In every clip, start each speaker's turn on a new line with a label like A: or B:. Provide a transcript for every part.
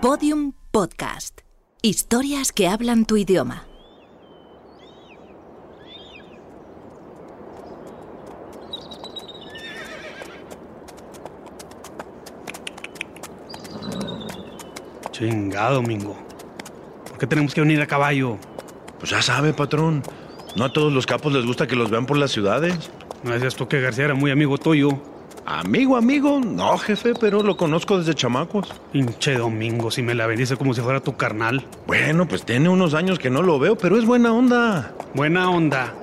A: Podium Podcast. Historias que hablan tu idioma.
B: Chinga, Domingo. ¿Por qué tenemos que venir a caballo?
C: Pues ya sabe, patrón. No a todos los capos les gusta que los vean por las ciudades.
B: No decías tú que García era muy amigo tuyo.
C: Amigo, amigo. No, jefe, pero lo conozco desde chamacos.
B: Pinche Domingo, si me la bendice como si fuera tu carnal.
C: Bueno, pues tiene unos años que no lo veo, pero es buena onda.
B: Buena onda.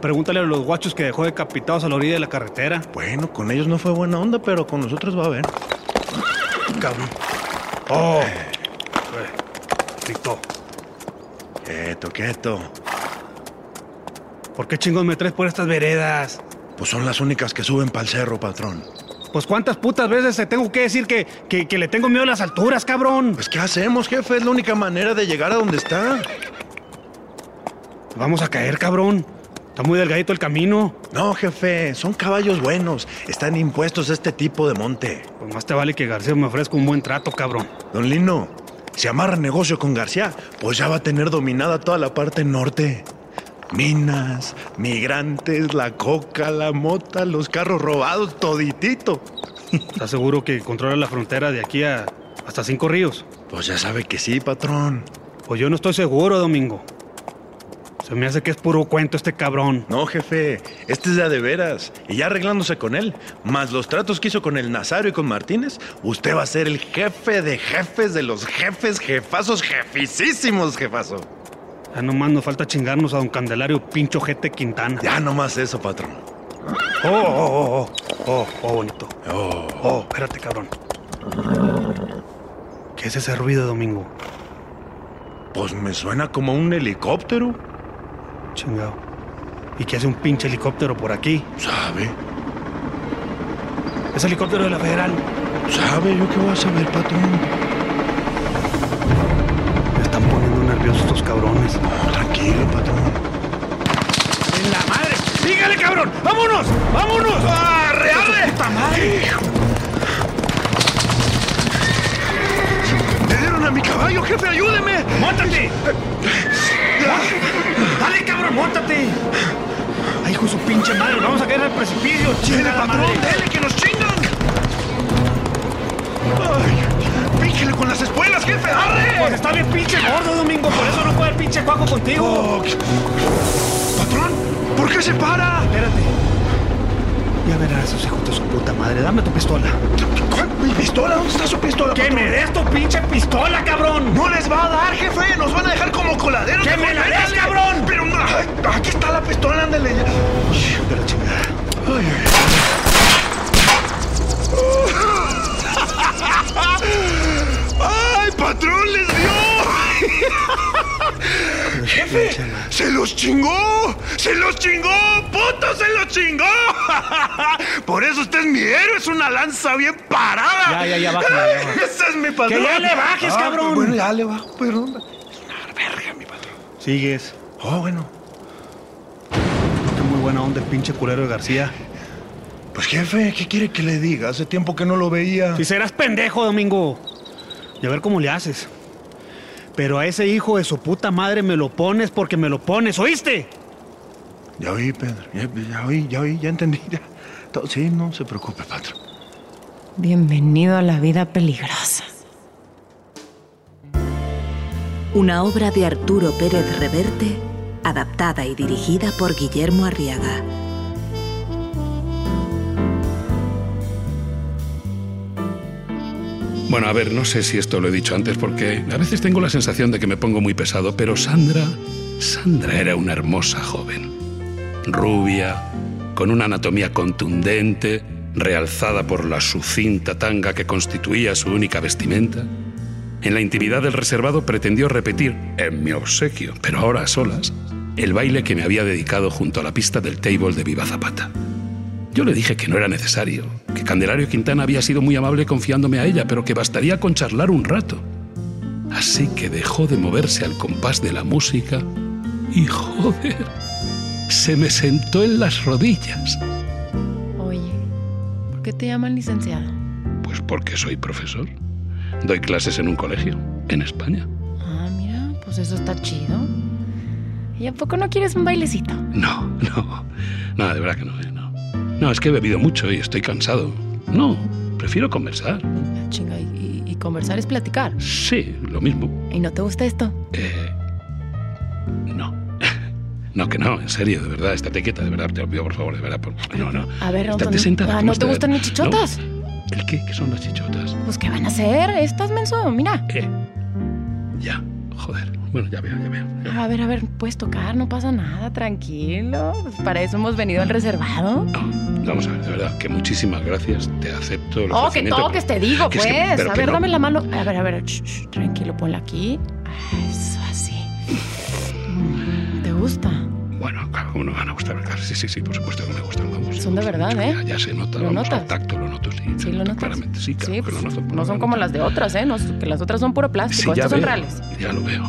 B: Pregúntale a los guachos que dejó decapitados a la orilla de la carretera.
C: Bueno, con ellos no fue buena onda, pero con nosotros va a ver.
B: Cabrón. Oh. Gritó.
C: Quieto, quieto.
B: ¿Por qué chingos me traes por estas veredas?
C: Pues son las únicas que suben para el cerro, patrón.
B: Pues cuántas putas veces te tengo que decir que, que, que le tengo miedo a las alturas, cabrón.
C: Pues ¿qué hacemos, jefe? Es la única manera de llegar a donde está.
B: Pues, Vamos a caer, cabrón. Está muy delgadito el camino.
C: No, jefe, son caballos buenos. Están impuestos a este tipo de monte.
B: Pues más te vale que García me ofrezca un buen trato, cabrón.
C: Don Lino, si amarra negocio con García, pues ya va a tener dominada toda la parte norte. Minas, migrantes, la coca, la mota, los carros robados, toditito.
B: ¿Estás seguro que controla la frontera de aquí a hasta cinco ríos?
C: Pues ya sabe que sí, patrón.
B: Pues yo no estoy seguro, Domingo. Se me hace que es puro cuento este cabrón.
C: No, jefe, este es de a de veras. Y ya arreglándose con él, más los tratos que hizo con el Nazario y con Martínez, usted va a ser el jefe de jefes de los jefes, jefazos, jefisísimos, jefazo.
B: Ya nomás nos falta chingarnos a don Candelario Pincho Jete Quintana.
C: Ya nomás eso, patrón.
B: Oh, oh, oh, oh, oh, oh, bonito.
C: Oh,
B: Oh, espérate, cabrón. ¿Qué es ese ruido, Domingo?
C: pues me suena como un helicóptero,
B: Chingado. ¿Y qué hace un pinche helicóptero por aquí?
C: ¿sabe?
B: Es helicóptero de la Federal.
C: ¿Sabe yo qué voy a saber, patrón?
B: Me están poniendo nerviosos estos cabrones.
C: No, tranquilo, patrón.
B: ¡En la madre! ¡Sígale, cabrón! ¡Vámonos! ¡Vámonos! ¡Arreale! ¡Puta madre!
C: ¡Me dieron a mi caballo, jefe! ¡Ayúdeme!
B: ¡Móntate! ¡Dale, cabrón! ¡Móntate! ¡Ay, hijo de su pinche madre! ¡Vamos a caer al precipicio!
C: ¡Dele,
B: chingada
C: patrón!
B: madre!
C: ¡Dele, que nos chingan! ¡Ay! ¡Píquele con las espuelas, jefe!
B: Pues
C: ¡Arre!
B: está bien pinche gordo, Domingo. Por eso no puede el pinche cuaco contigo.
C: Oh, ¡Patrón! ¿Por qué se para?
B: Espérate. Ya verás esos hijos de su puta madre. Dame tu pistola.
C: ¿Mi pistola? ¿Dónde está su pistola,
B: ¡Que
C: patrón?
B: me des tu pinche pistola, cabrón!
C: ¡No les va a dar, jefe! ¡Nos van a dejar como coladeros!
B: ¡Que
C: de
B: me la
C: golpe!
B: des,
C: ¡Dale!
B: cabrón!
C: ¡Pero no! ay, ¡Aquí está la pistola, ándale! ya.
B: Hijo de la chingada.
C: Ay, ay. ¡Ay, patrón les dio! ¡Jefe! ¡Se los chingó! ¡Se los chingó! ¡Puto, se los chingó! Por eso usted es mi héroe, es una lanza bien
B: Ya,
C: parada.
B: ya, ya, bájale,
C: Ay,
B: ya.
C: ¡Ese es mi patrón! Ah,
B: ¡Que ya le bajes, cabrón!
C: Bueno, ya le bajo, perdón. Es una verga, mi patrón.
B: Sigues.
C: Oh, bueno.
B: Está muy buena onda el pinche culero de García.
C: Pues, jefe, ¿qué quiere que le diga? Hace tiempo que no lo veía.
B: Si serás pendejo, Domingo. Y a ver cómo le haces. Pero a ese hijo de su puta madre me lo pones porque me lo pones, ¿oíste?
C: Ya oí, Pedro. Ya, ya oí, ya oí, ya entendí. ya. To- Sí, no se preocupe, patrón.
D: Bienvenido a la vida peligrosa.
A: Una obra de Arturo Pérez Reverte, adaptada y dirigida por Guillermo Arriaga.
E: Bueno, a ver, no sé si esto lo he dicho antes porque a veces tengo la sensación de que me pongo muy pesado, pero Sandra, Sandra era una hermosa joven. Rubia, con una anatomía contundente, realzada por la sucinta tanga que constituía su única vestimenta. En la intimidad del reservado pretendió repetir, en mi obsequio, pero ahora a solas, el baile que me había dedicado junto a la pista del table de Viva Zapata. Yo le dije que no era necesario, que Candelario Quintana había sido muy amable confiándome a ella, pero que bastaría con charlar un rato. Así que dejó de moverse al compás de la música y joder, se me sentó en las rodillas.
D: Oye, ¿por qué te llaman licenciado?
E: Pues porque soy profesor. Doy clases en un colegio, en España.
D: Ah, mira, pues eso está chido. ¿Y a poco no quieres un bailecito?
E: No, no. No, de verdad que no, eh, no. No, es que he bebido mucho y estoy cansado. No, prefiero conversar.
D: Ah, Chinga, y, y- y conversar es platicar.
E: Sí, lo mismo.
D: ¿Y no te gusta esto?
E: Eh, no. No, que no, en serio, de verdad, estate quieta, de verdad, te lo pido, por favor, de verdad. por- No, no.
D: A ver,
E: Estate
D: Antonio.
E: sentada,
D: Ah, ¿no
E: ¿cómo
D: te
E: estás?
D: gustan mis chichotas?
E: ¿El qué? ¿Qué son las chichotas?
D: Pues ¿qué van a hacer? Estás menso, mira.
E: Eh, ya, joder. Bueno, ya veo, ya veo. ya veo.
D: A ver, a ver, puedes tocar, no pasa nada, tranquilo. Pues para eso hemos venido al reservado.
E: No, vamos a ver, de verdad, que muchísimas gracias, te acepto. el
D: Oh, que
E: ofrecimiento,
D: toques, te digo,
E: que
D: pues.
E: es que- pero
D: a
E: que
D: ver,
E: no.
D: dame la mano. A ver, a ver, sh- sh, tranquilo, ponla aquí. Ah, Eso así. Mm, ¿Te gusta?
E: Bueno, claro, ¿cómo no van a gustar? Claro, sí, sí, sí, por supuesto que me gustan, vamos.
D: Son de verdad, ¿eh?
E: Ya, ya se nota,
D: ¿Lo
E: vamos,
D: notas?
E: al tacto lo noto, sí. se
D: Sí, lo
E: nota
D: notas.
E: Claramente, sí, claro que
D: pues,
E: lo noto.
D: no son como las de otras, ¿eh? No, es- que las otras son puro
E: Sí,
D: plástico.
E: ya
D: Estas son
E: veo,
D: reales.
E: Ya lo veo.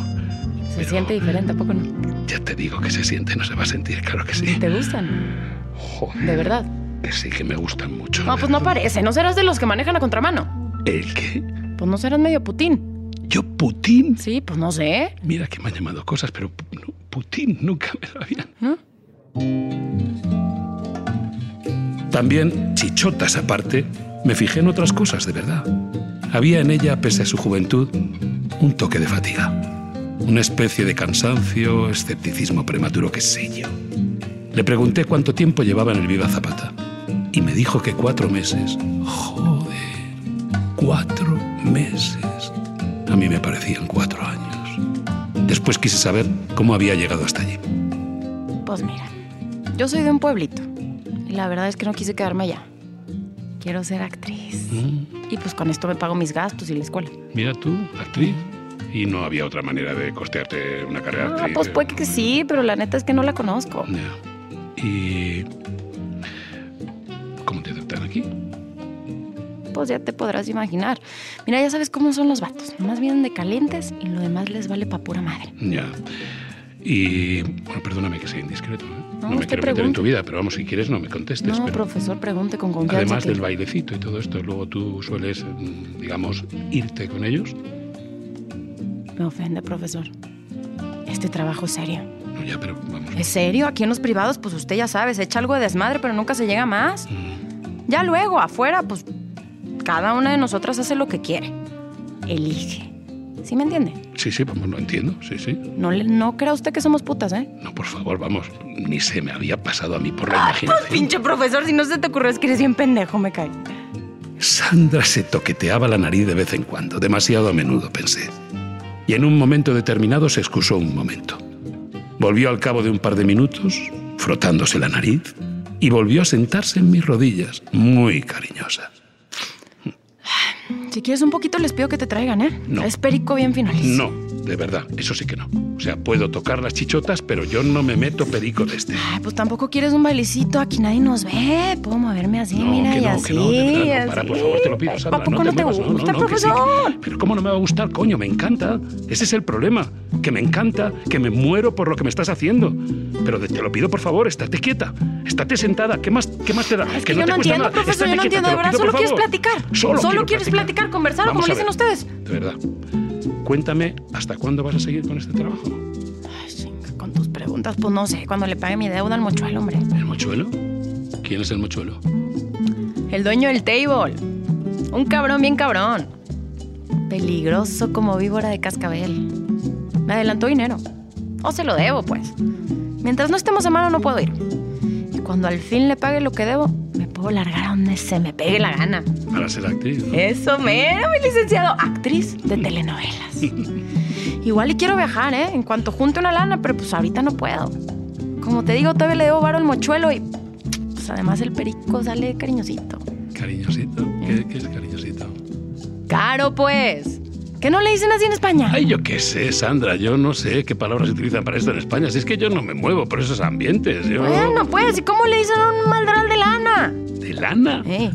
D: Se
E: Pero-
D: siente diferente, ¿a poco no?
E: Ya te digo que se siente, no se va a sentir, claro que sí.
D: ¿Te gustan?
E: Joder,
D: ¿De verdad?
E: que sí que me gustan mucho.
D: No,
E: de
D: pues no
E: verdad.
D: parece. ¿No serás de los que manejan a contramano?
E: ¿El qué?
D: Pues no serás medio Putin.
E: ¿Yo Putin?
D: Sí, pues no sé.
E: Mira que me han llamado cosas, pero pu- no, Putin nunca me lo habían...
D: ¿No?
E: También, chichotas aparte, me fijé en otras cosas de verdad. Había en ella, pese a su juventud, un toque de fatiga, una especie de cansancio, escepticismo prematuro, qué sé yo. Le pregunté cuánto tiempo llevaba en el Viva Zapata y me dijo que cuatro meses. Joder, cuatro meses. A mí me parecían cuatro años. Después quise saber cómo había llegado hasta allí.
D: Pues mira, yo soy de un pueblito. Y la verdad es que no quise quedarme allá. Quiero ser actriz. Y pues con esto me pago mis gastos y la escuela.
E: Mira tú, actriz. Y no había otra manera de costearte una carrera
D: Ah,
E: actriz.
D: pues
E: eh,
D: puede que sí, pero la neta es que no la conozco.
E: Ya. Y. ¿Cómo te tratan aquí?
D: Pues ya te podrás imaginar. Mira, ya sabes cómo son los vatos. Nomás vienen de calientes y lo demás les vale pa' pura madre.
E: Ya. Y. Bueno, perdóname que sea indiscreto. ¿eh?
D: No,
E: No,
D: usted
E: me quiero meter en
D: pregunte.
E: tu vida, pero vamos, si quieres, no me contestes.
D: No,
E: pero
D: profesor, pregunte con confianza.
E: además
D: que-
E: del bailecito y todo esto, luego tú sueles, mm, digamos, irte con ellos.
D: Me ofende, profesor. Este trabajo es serio.
E: No, ya, pero vamos.
D: ¿Es serio? Aquí en los privados, pues usted ya sabe, se echa algo de desmadre, pero nunca se llega más.
E: Mm,
D: Ya luego, afuera, pues cada una de nosotras hace lo que quiere. Elige. ¿Sí me entiende?
E: Sí, sí, vamos, lo entiendo. Sí, sí.
D: No, le- no crea usted que somos putas, ¿eh?
E: No, por favor, vamos. Ni se me había pasado a mí por la
D: Ah,
E: imaginación.
D: Pinche profesor, si no se te ocurrió, es que eres bien pendejo, me cae.
E: Sandra se toqueteaba la nariz de vez en cuando, demasiado a menudo, pensé. Y en un momento determinado se excusó un momento. Volvió al cabo de un par de minutos, frotándose la nariz, y volvió a sentarse en mis rodillas, muy cariñosa.
D: Si quieres un poquito, les pido que te traigan, ¿eh?
E: No.
D: Es perico bien finales.
E: No, de verdad, eso sí que no. O sea, puedo tocar las chichotas, pero yo no me meto perico de este.
D: Ay, pues tampoco quieres un bailecito, aquí nadie nos ve. Puedo moverme así,
E: No,
D: mira,
E: que
D: y
E: no,
D: así.
E: que no, de verdad, no, para, por
D: así.
E: favor, te lo pido,
D: Ay,
E: Sandra,
D: ¿A poco no, te,
E: muevas, no, no,
D: gusta,
E: no, que sí,
D: profesor?
E: que- Pero cómo no me va a gustar, coño, me encanta. Ese es el problema, que me encanta, que me muero por lo que me estás haciendo. Pero de- te lo pido, por favor, estate quieta, estate sentada. ¿Qué más, qué más te da?
D: Es que, yo
E: te
D: no
E: cuesta
D: entiendo,
E: nada.
D: profesor,
E: Estate
D: yo no
E: quieta,
D: entiendo.
E: te
D: De
E: lo
D: verdad,
E: pido,
D: solo
E: por
D: quieres
E: favor.
D: platicar.
E: Solo, quiero
D: quieres platicar, conversar,
E: Vamos
D: como le
E: a
D: dicen
E: ver,
D: ustedes.
E: De verdad. Cuéntame, ¿hasta cuándo vas a seguir con este trabajo?
D: Ay, chinga, con tus preguntas, pues no sé, cuando le pague mi deuda al mochuelo, hombre.
E: ¿El mochuelo? ¿Quién es el mochuelo?
D: El dueño del table. Un cabrón bien cabrón. Peligroso como víbora de cascabel. Me adelantó dinero. O se lo debo, pues. Mientras no estemos a mano no puedo ir. Y cuando al fin le pague lo que debo, me puedo largar a donde se me pegue la gana.
E: Para ser actriz, ¿no?
D: Eso mero, mi licenciado. Actriz de telenovelas. Igual y quiero viajar, ¿eh? En cuanto junte una lana, pero pues ahorita no puedo. Como te digo, todavía le debo varo al mochuelo y... Pues además el perico sale cariñosito.
E: Cariñosito. ¿Qué, qué es cariñosito?
D: Caro, pues. ¿Qué no le dicen así en España?
E: Ay, yo qué sé, Sandra, yo no sé qué palabras se utilizan para esto en España. Si es que yo no me muevo por esos ambientes. Yo...
D: Bueno, pues, ¿y cómo le dicen a un maldral de lana?
E: ¿De lana?
D: Eh.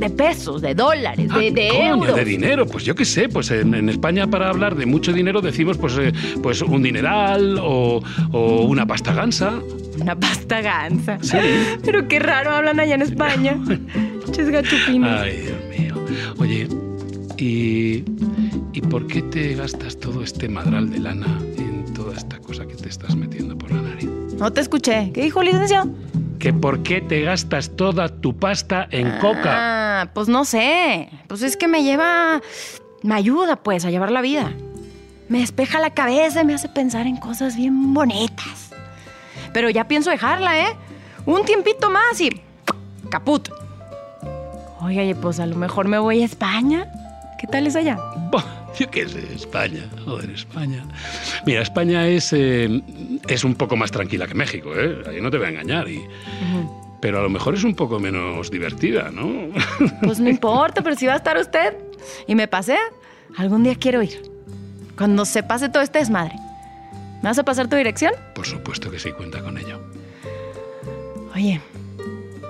D: De pesos, de dólares,
E: Ah,
D: de, de
E: coño,
D: euros.
E: de dinero, pues yo qué sé, pues en, en España para hablar de mucho dinero decimos pues, eh, pues un dineral o, o una pasta gansa.
D: Una pasta gansa. Pero qué raro hablan allá en España. Chis gachupines.
E: Ay, Dios mío. Oye, ¿Y, ¿Y por qué te gastas todo este madral de lana en toda esta cosa que te estás metiendo por la nariz?
D: No te escuché. ¿Qué dijo, licenciado?
E: ¿Que por qué te gastas toda tu pasta en coca?
D: Ah, pues no sé. Pues es que me lleva. Me ayuda, pues, a llevar la vida. Me despeja la cabeza y me hace pensar en cosas bien bonitas. Pero ya pienso dejarla, ¿eh? Un tiempito más y. ¡Caput! Oye, pues a lo mejor me voy a España. ¿Qué tal es allá?
E: Bah, yo qué sé, España, joder, España. Mira, España es, eh, es un poco más tranquila que México, ¿eh? Ahí no te voy a engañar. Y, Pero a lo mejor es un poco menos divertida, ¿no?
D: Pues no importa, pero si va a estar usted y me pasea, algún día quiero ir. Cuando se pase todo este desmadre. ¿Me vas a pasar tu dirección?
E: Por supuesto que sí cuenta con ello.
D: Oye,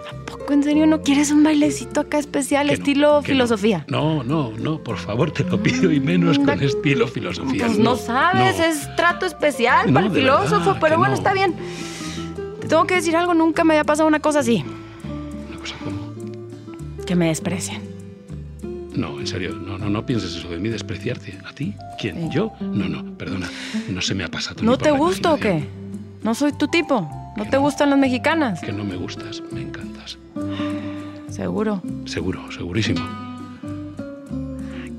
D: ¿a poco en serio no quieres un bailecito acá especial,
E: Que no,
D: estilo
E: que no.
D: filosofía?
E: No, no, no, por favor, te lo pido y menos con
D: Mm,
E: estilo filosofía.
D: Pues no, sabes,
E: no.
D: es trato especial
E: No,
D: para el
E: de verdad,
D: filósofo,
E: que
D: pero bueno,
E: no.
D: está bien. Te tengo que decir algo, nunca me había pasado una cosa así.
E: Una cosa como...
D: Que me desprecien.
E: No, en serio, no, no, no pienses eso de mí, despreciarte. ¿A ti? ¿Quién?
D: Sí.
E: ¿Yo? No, no, perdona, no se me ha pasado. ni
D: ¿No
E: por
D: te
E: la
D: gusto o qué?
E: imaginación.
D: ¿No soy tu tipo? ¿No
E: Que
D: te
E: no.
D: gustan las mexicanas?
E: Que no me gustas, me encantas.
D: Seguro.
E: Seguro, segurísimo.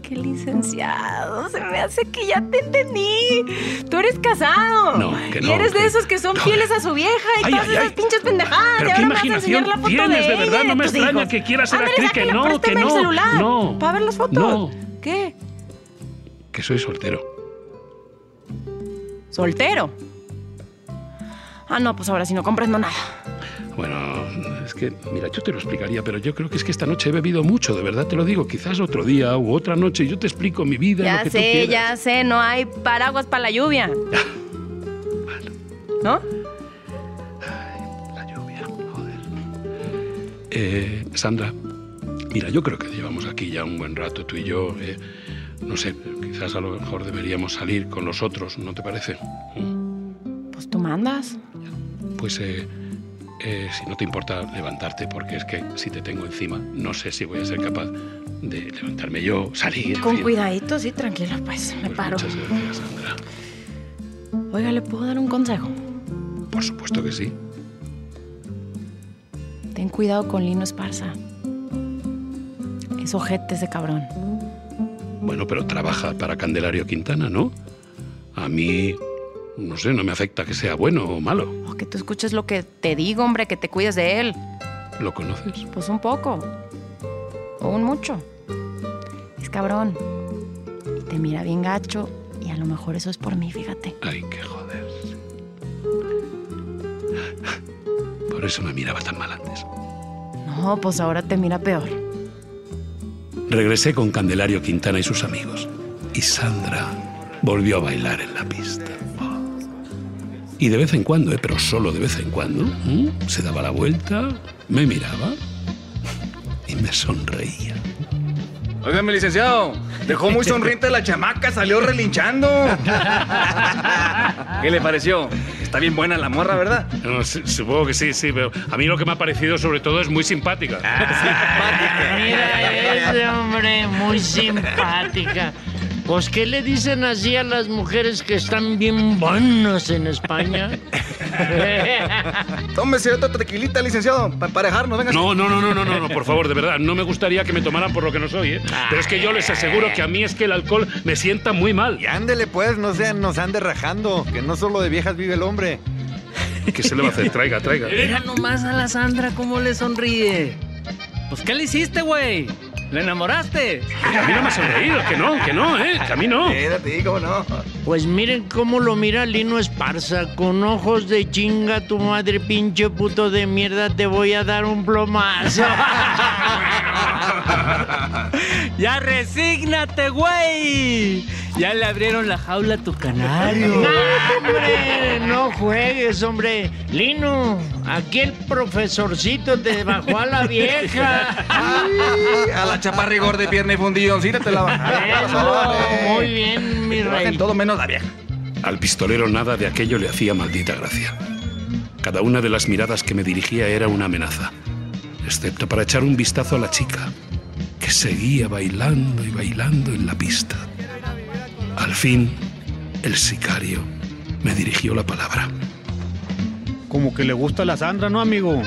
D: Qué licenciado, se me hace que ya te entendí. Tú eres casado.
E: No, que no,
D: Y eres
E: que-
D: de esos que son
E: no.
D: fieles a su vieja y
E: Ay,
D: todas
E: ay,
D: esas
E: ay.
D: pinches pendejadas.
E: Pero
D: y
E: qué
D: ahora me vas a enseñar
E: imaginación
D: la foto pues
E: tienes, de
D: ella y
E: verdad, no me
D: tus
E: extraña
D: hijos.
E: que quieras ser
D: Ándale,
E: actriz, que
D: sácale,
E: no, que
D: préstame el
E: no,
D: celular
E: no.
D: Para ver las fotos.
E: No.
D: ¿Qué?
E: Que soy soltero.
D: Soltero. Ah, no, pues ahora sí no comprendo nada.
E: Bueno, es que, mira, yo te lo explicaría, pero yo creo que es que esta noche he bebido mucho, de verdad te lo digo. Quizás otro día u otra noche yo te explico mi vida.
D: ya
E: lo que tú
D: sé,
E: quieras.
D: ya sé, no hay paraguas para la lluvia. ¿No?
E: La lluvia, joder. Eh, Sandra, mira, yo creo que llevamos aquí ya un buen rato tú y yo. eh, no sé, quizás a lo mejor deberíamos salir con los otros, ¿no te parece? Mm.
D: Pues tú mandas.
E: Pues eh, eh, si no te importa levantarte, porque es que si te tengo encima, no sé si voy a ser capaz de levantarme yo, salir. en
D: Con
E: fin.
D: cuidadito, sí, tranquilo, pues me
E: Pues
D: paro.
E: Muchas gracias, Sandra.
D: Oiga, ¿le puedo dar un consejo?
E: Por supuesto que sí.
D: Ten cuidado con Lino Esparza. Es ojete ese cabrón.
E: Bueno, pero trabaja para Candelario Quintana, ¿no? A mí, no sé, no me afecta que sea bueno o malo.
D: O que tú escuches lo que te digo, hombre, que te cuides de él.
E: ¿Lo conoces?
D: Pues un poco. O un mucho. Es cabrón. Y te mira bien gacho. Y a lo mejor eso es por mí, fíjate.
E: Ay, qué joder. Por eso me miraba tan mal antes.
D: No, pues ahora te mira peor.
E: Regresé con Candelario Quintana y sus amigos. Y Sandra volvió a bailar en la pista. Y de vez en cuando, eh, pero solo de vez en cuando, ¿m? se daba la vuelta, me miraba y me sonreía.
F: Óigame, licenciado. Dejó muy sonriente a la chamaca, salió relinchando. ¿Qué le pareció? Está bien buena la morra, ¿verdad?
E: supongo que sí, sí, pero a mí lo que me ha parecido sobre todo es muy simpática.
G: Mira ese hombre, muy simpática. Pues, ¿qué le dicen así a las mujeres que están bien buenas en España?
F: Tómese otra tequilita, licenciado, para emparejarnos. Venga,
E: No, no, no, no, no, no, no, por favor, de verdad, no me gustaría que me tomaran por lo que no soy, ¿eh? Pero es que yo les aseguro que a mí es que el alcohol me sienta muy mal.
H: Y ándele pues, no sean, nos ande rajando, que no solo de viejas vive el hombre.
E: ¿Qué se le va a hacer? Traiga, traiga.
G: Mira nomás a la Sandra cómo le sonríe. Pues, ¿qué le hiciste, güey? ¿Le enamoraste?
E: A mí no me ha sonreído, que no, que no, ¿eh? Que a mí no.
F: Quédate, cómo no.
G: Pues miren cómo lo mira Lino Esparza, con ojos de chinga tu madre, pinche puto de mierda, te voy a dar un plomazo.
I: Ya resígnate, güey. Ya le abrieron la jaula a tu canario.
G: ¡No, hombre! ¡No juegues, hombre! Lino, aquí el profesorcito te bajó a la vieja.
F: Y A la chaparrigor de pierna y fundidoncita te la
G: Eso,
F: bajaron.
G: muy bien, mi
F: eh. Que bajen
G: rey.
F: todo menos la vieja.
E: Al pistolero nada de aquello le hacía maldita gracia. Cada una de las miradas que me dirigía era una amenaza, excepto para echar un vistazo a la chica, que que seguía bailando y bailando en la pista. Al fin, el sicario me dirigió la palabra.
B: Como que le gusta la Sandra, ¿no, amigo?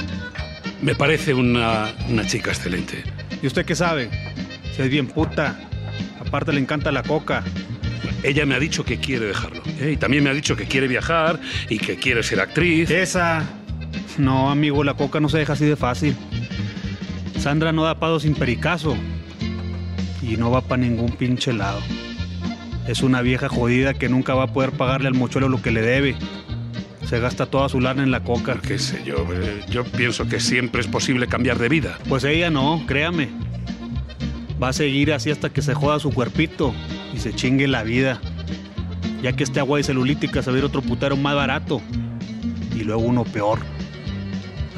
E: Me parece una, una chica excelente.
B: ¿Y usted qué sabe? Si es bien puta. Aparte le encanta la coca.
E: Ella me ha dicho que quiere dejarlo. ¿eh? Y también me ha dicho que quiere viajar y que quiere ser actriz.
B: Esa. No, amigo, la coca no se deja así de fácil. Sandra no da pado sin pericazo. Y no va para ningún pinche lado. Es una vieja jodida que nunca va a poder pagarle al mochuelo lo que le debe. Se gasta toda su lana en la coca.
E: Qué sé yo. eh, Yo pienso que siempre es posible cambiar de vida.
B: Pues ella no, créame. Va a seguir así hasta que se joda su cuerpito y se chingue la vida. Ya que este agua de celulítica se va a ir otro putero más barato y luego uno peor.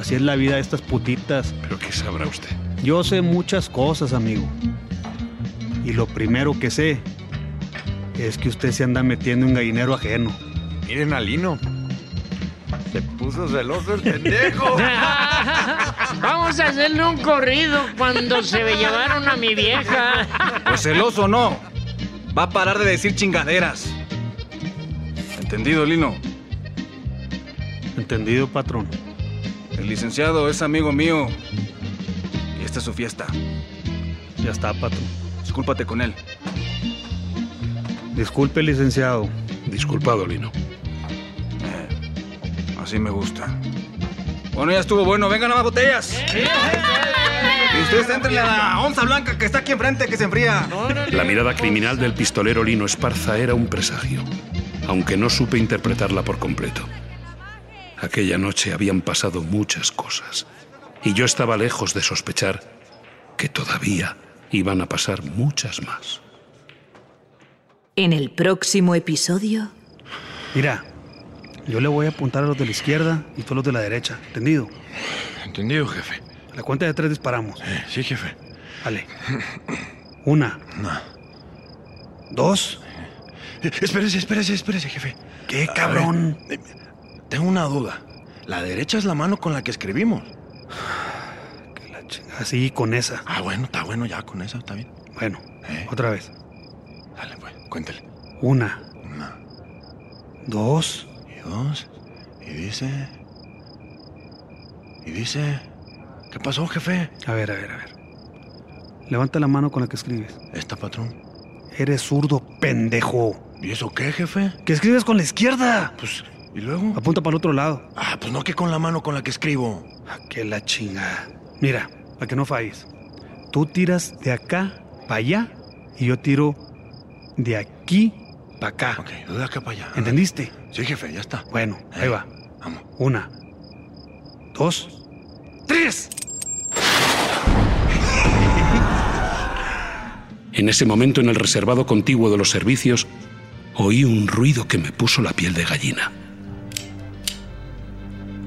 B: Así es la vida de estas putitas.
E: Pero ¿qué sabrá usted?
B: Yo sé muchas cosas, amigo. Y lo primero que sé es que usted se anda metiendo en gallinero ajeno.
H: Miren al Lino. Se puso celoso el pendejo.
G: Vamos a hacerle un corrido cuando se me llevaron a mi vieja.
F: Pues celoso no. Va a parar de decir chingaderas. Entendido, Lino.
B: ¿Entendido, patrón?
F: El licenciado es amigo mío. Y esta es su fiesta.
B: Ya está, patrón.
F: Discúlpate con él.
B: Disculpe, licenciado.
E: Disculpado, Lino.
F: Así me gusta. Bueno, ya estuvo bueno. Vengan a más botellas. Y ustedes entren a la onza blanca que está aquí enfrente, que se enfría.
E: La mirada criminal del pistolero Lino Esparza era un presagio, aunque no supe interpretarla por completo. Aquella noche habían pasado muchas cosas, y yo estaba lejos de sospechar que todavía iban a pasar muchas más.
A: En el próximo episodio,
B: Mira, yo le voy a apuntar a los de la izquierda y tú a los de la derecha. ¿Entendido?
C: Entendido, jefe.
B: A la cuenta de tres disparamos.
C: Sí, jefe.
B: Vale. Una. Dos.
C: Eh, Espérese, espérese, espérese, jefe.
B: ¡Qué
C: A
B: cabrón!
C: ver, eh, tengo una duda. La derecha es la mano con la que escribimos.
B: Que la chingada. Así, con esa.
C: Ah, bueno, está bueno ya con esa, está bien.
B: Bueno,
C: Eh.
B: otra vez.
C: Dale, pues, cuéntale.
B: Una.
C: Una
B: Dos.
C: y dos. Y dice. Y dice. ¿Qué pasó, jefe?
B: A ver, a ver, a ver. Levanta la mano con la que escribes.
C: Esta patrón.
B: Eres zurdo, pendejo.
C: ¿Y eso qué, jefe?
B: ¡Que escribes con la izquierda!
C: Pues, ¿y luego?
B: Apunta para el otro lado.
C: Ah, pues no que con la mano con la que escribo.
B: Ah, que la chingada. Mira, para que no falles. Tú tiras de acá para allá y yo tiro de aquí para acá.
C: Ok, duda acá para allá.
B: ¿Entendiste?
C: Sí, jefe, ya está.
B: Bueno, ahí va.
C: Vamos.
B: Una, dos, tres.
E: En ese momento, en el reservado contiguo de los servicios, oí un ruido que me puso la piel de gallina.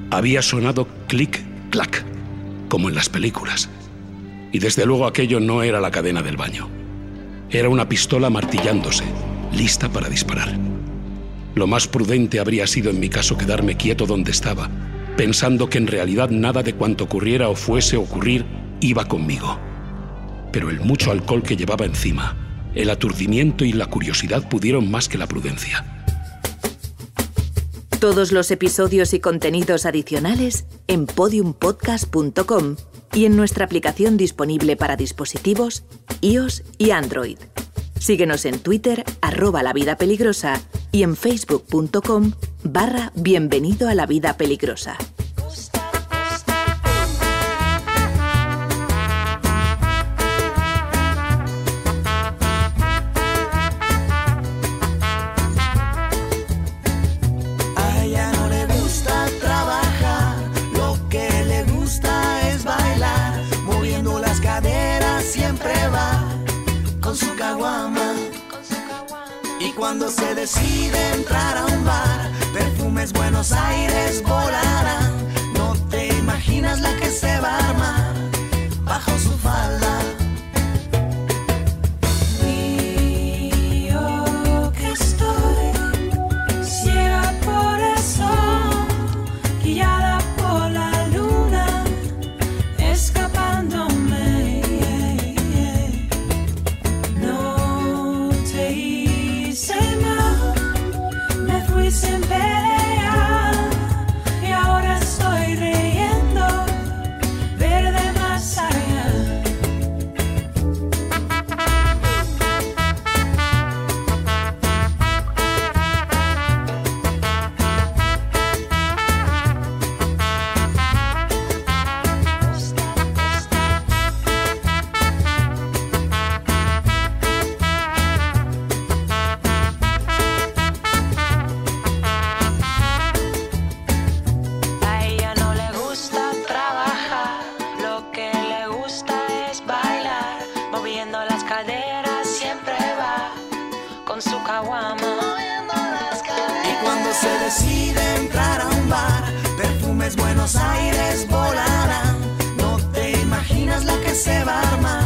E: Había sonado clic-clac, como en las películas. Y desde luego aquello no era la cadena del baño. Era una pistola martillándose, lista para disparar. Lo más prudente habría sido en mi caso quedarme quieto donde estaba, pensando que en realidad nada de cuanto ocurriera o fuese a ocurrir iba conmigo pero el mucho alcohol que llevaba encima, el aturdimiento y la curiosidad pudieron más que la prudencia.
A: todos los episodios y contenidos adicionales en podiumpodcast.com y en nuestra aplicación disponible para dispositivos iOS y Android. Síguenos en Twitter, arroba la vida peligrosa y en facebook.com barra bienvenido a la vida peligrosa.
J: A ella no le gusta trabajar, lo que le gusta es bailar, moviendo las caderas siempre va con su caguama. Y cuando se decide entrar a un bar, perfumes Buenos Aires volarán. No te imaginas la que se va a armar bajo su falda. Y yo que estoy Ciega por el sol, guiada por la luna, escapándome. caguama. Y cuando se decide entrar a un bar, perfumes Buenos Aires volarán. No te imaginas lo que se va a armar.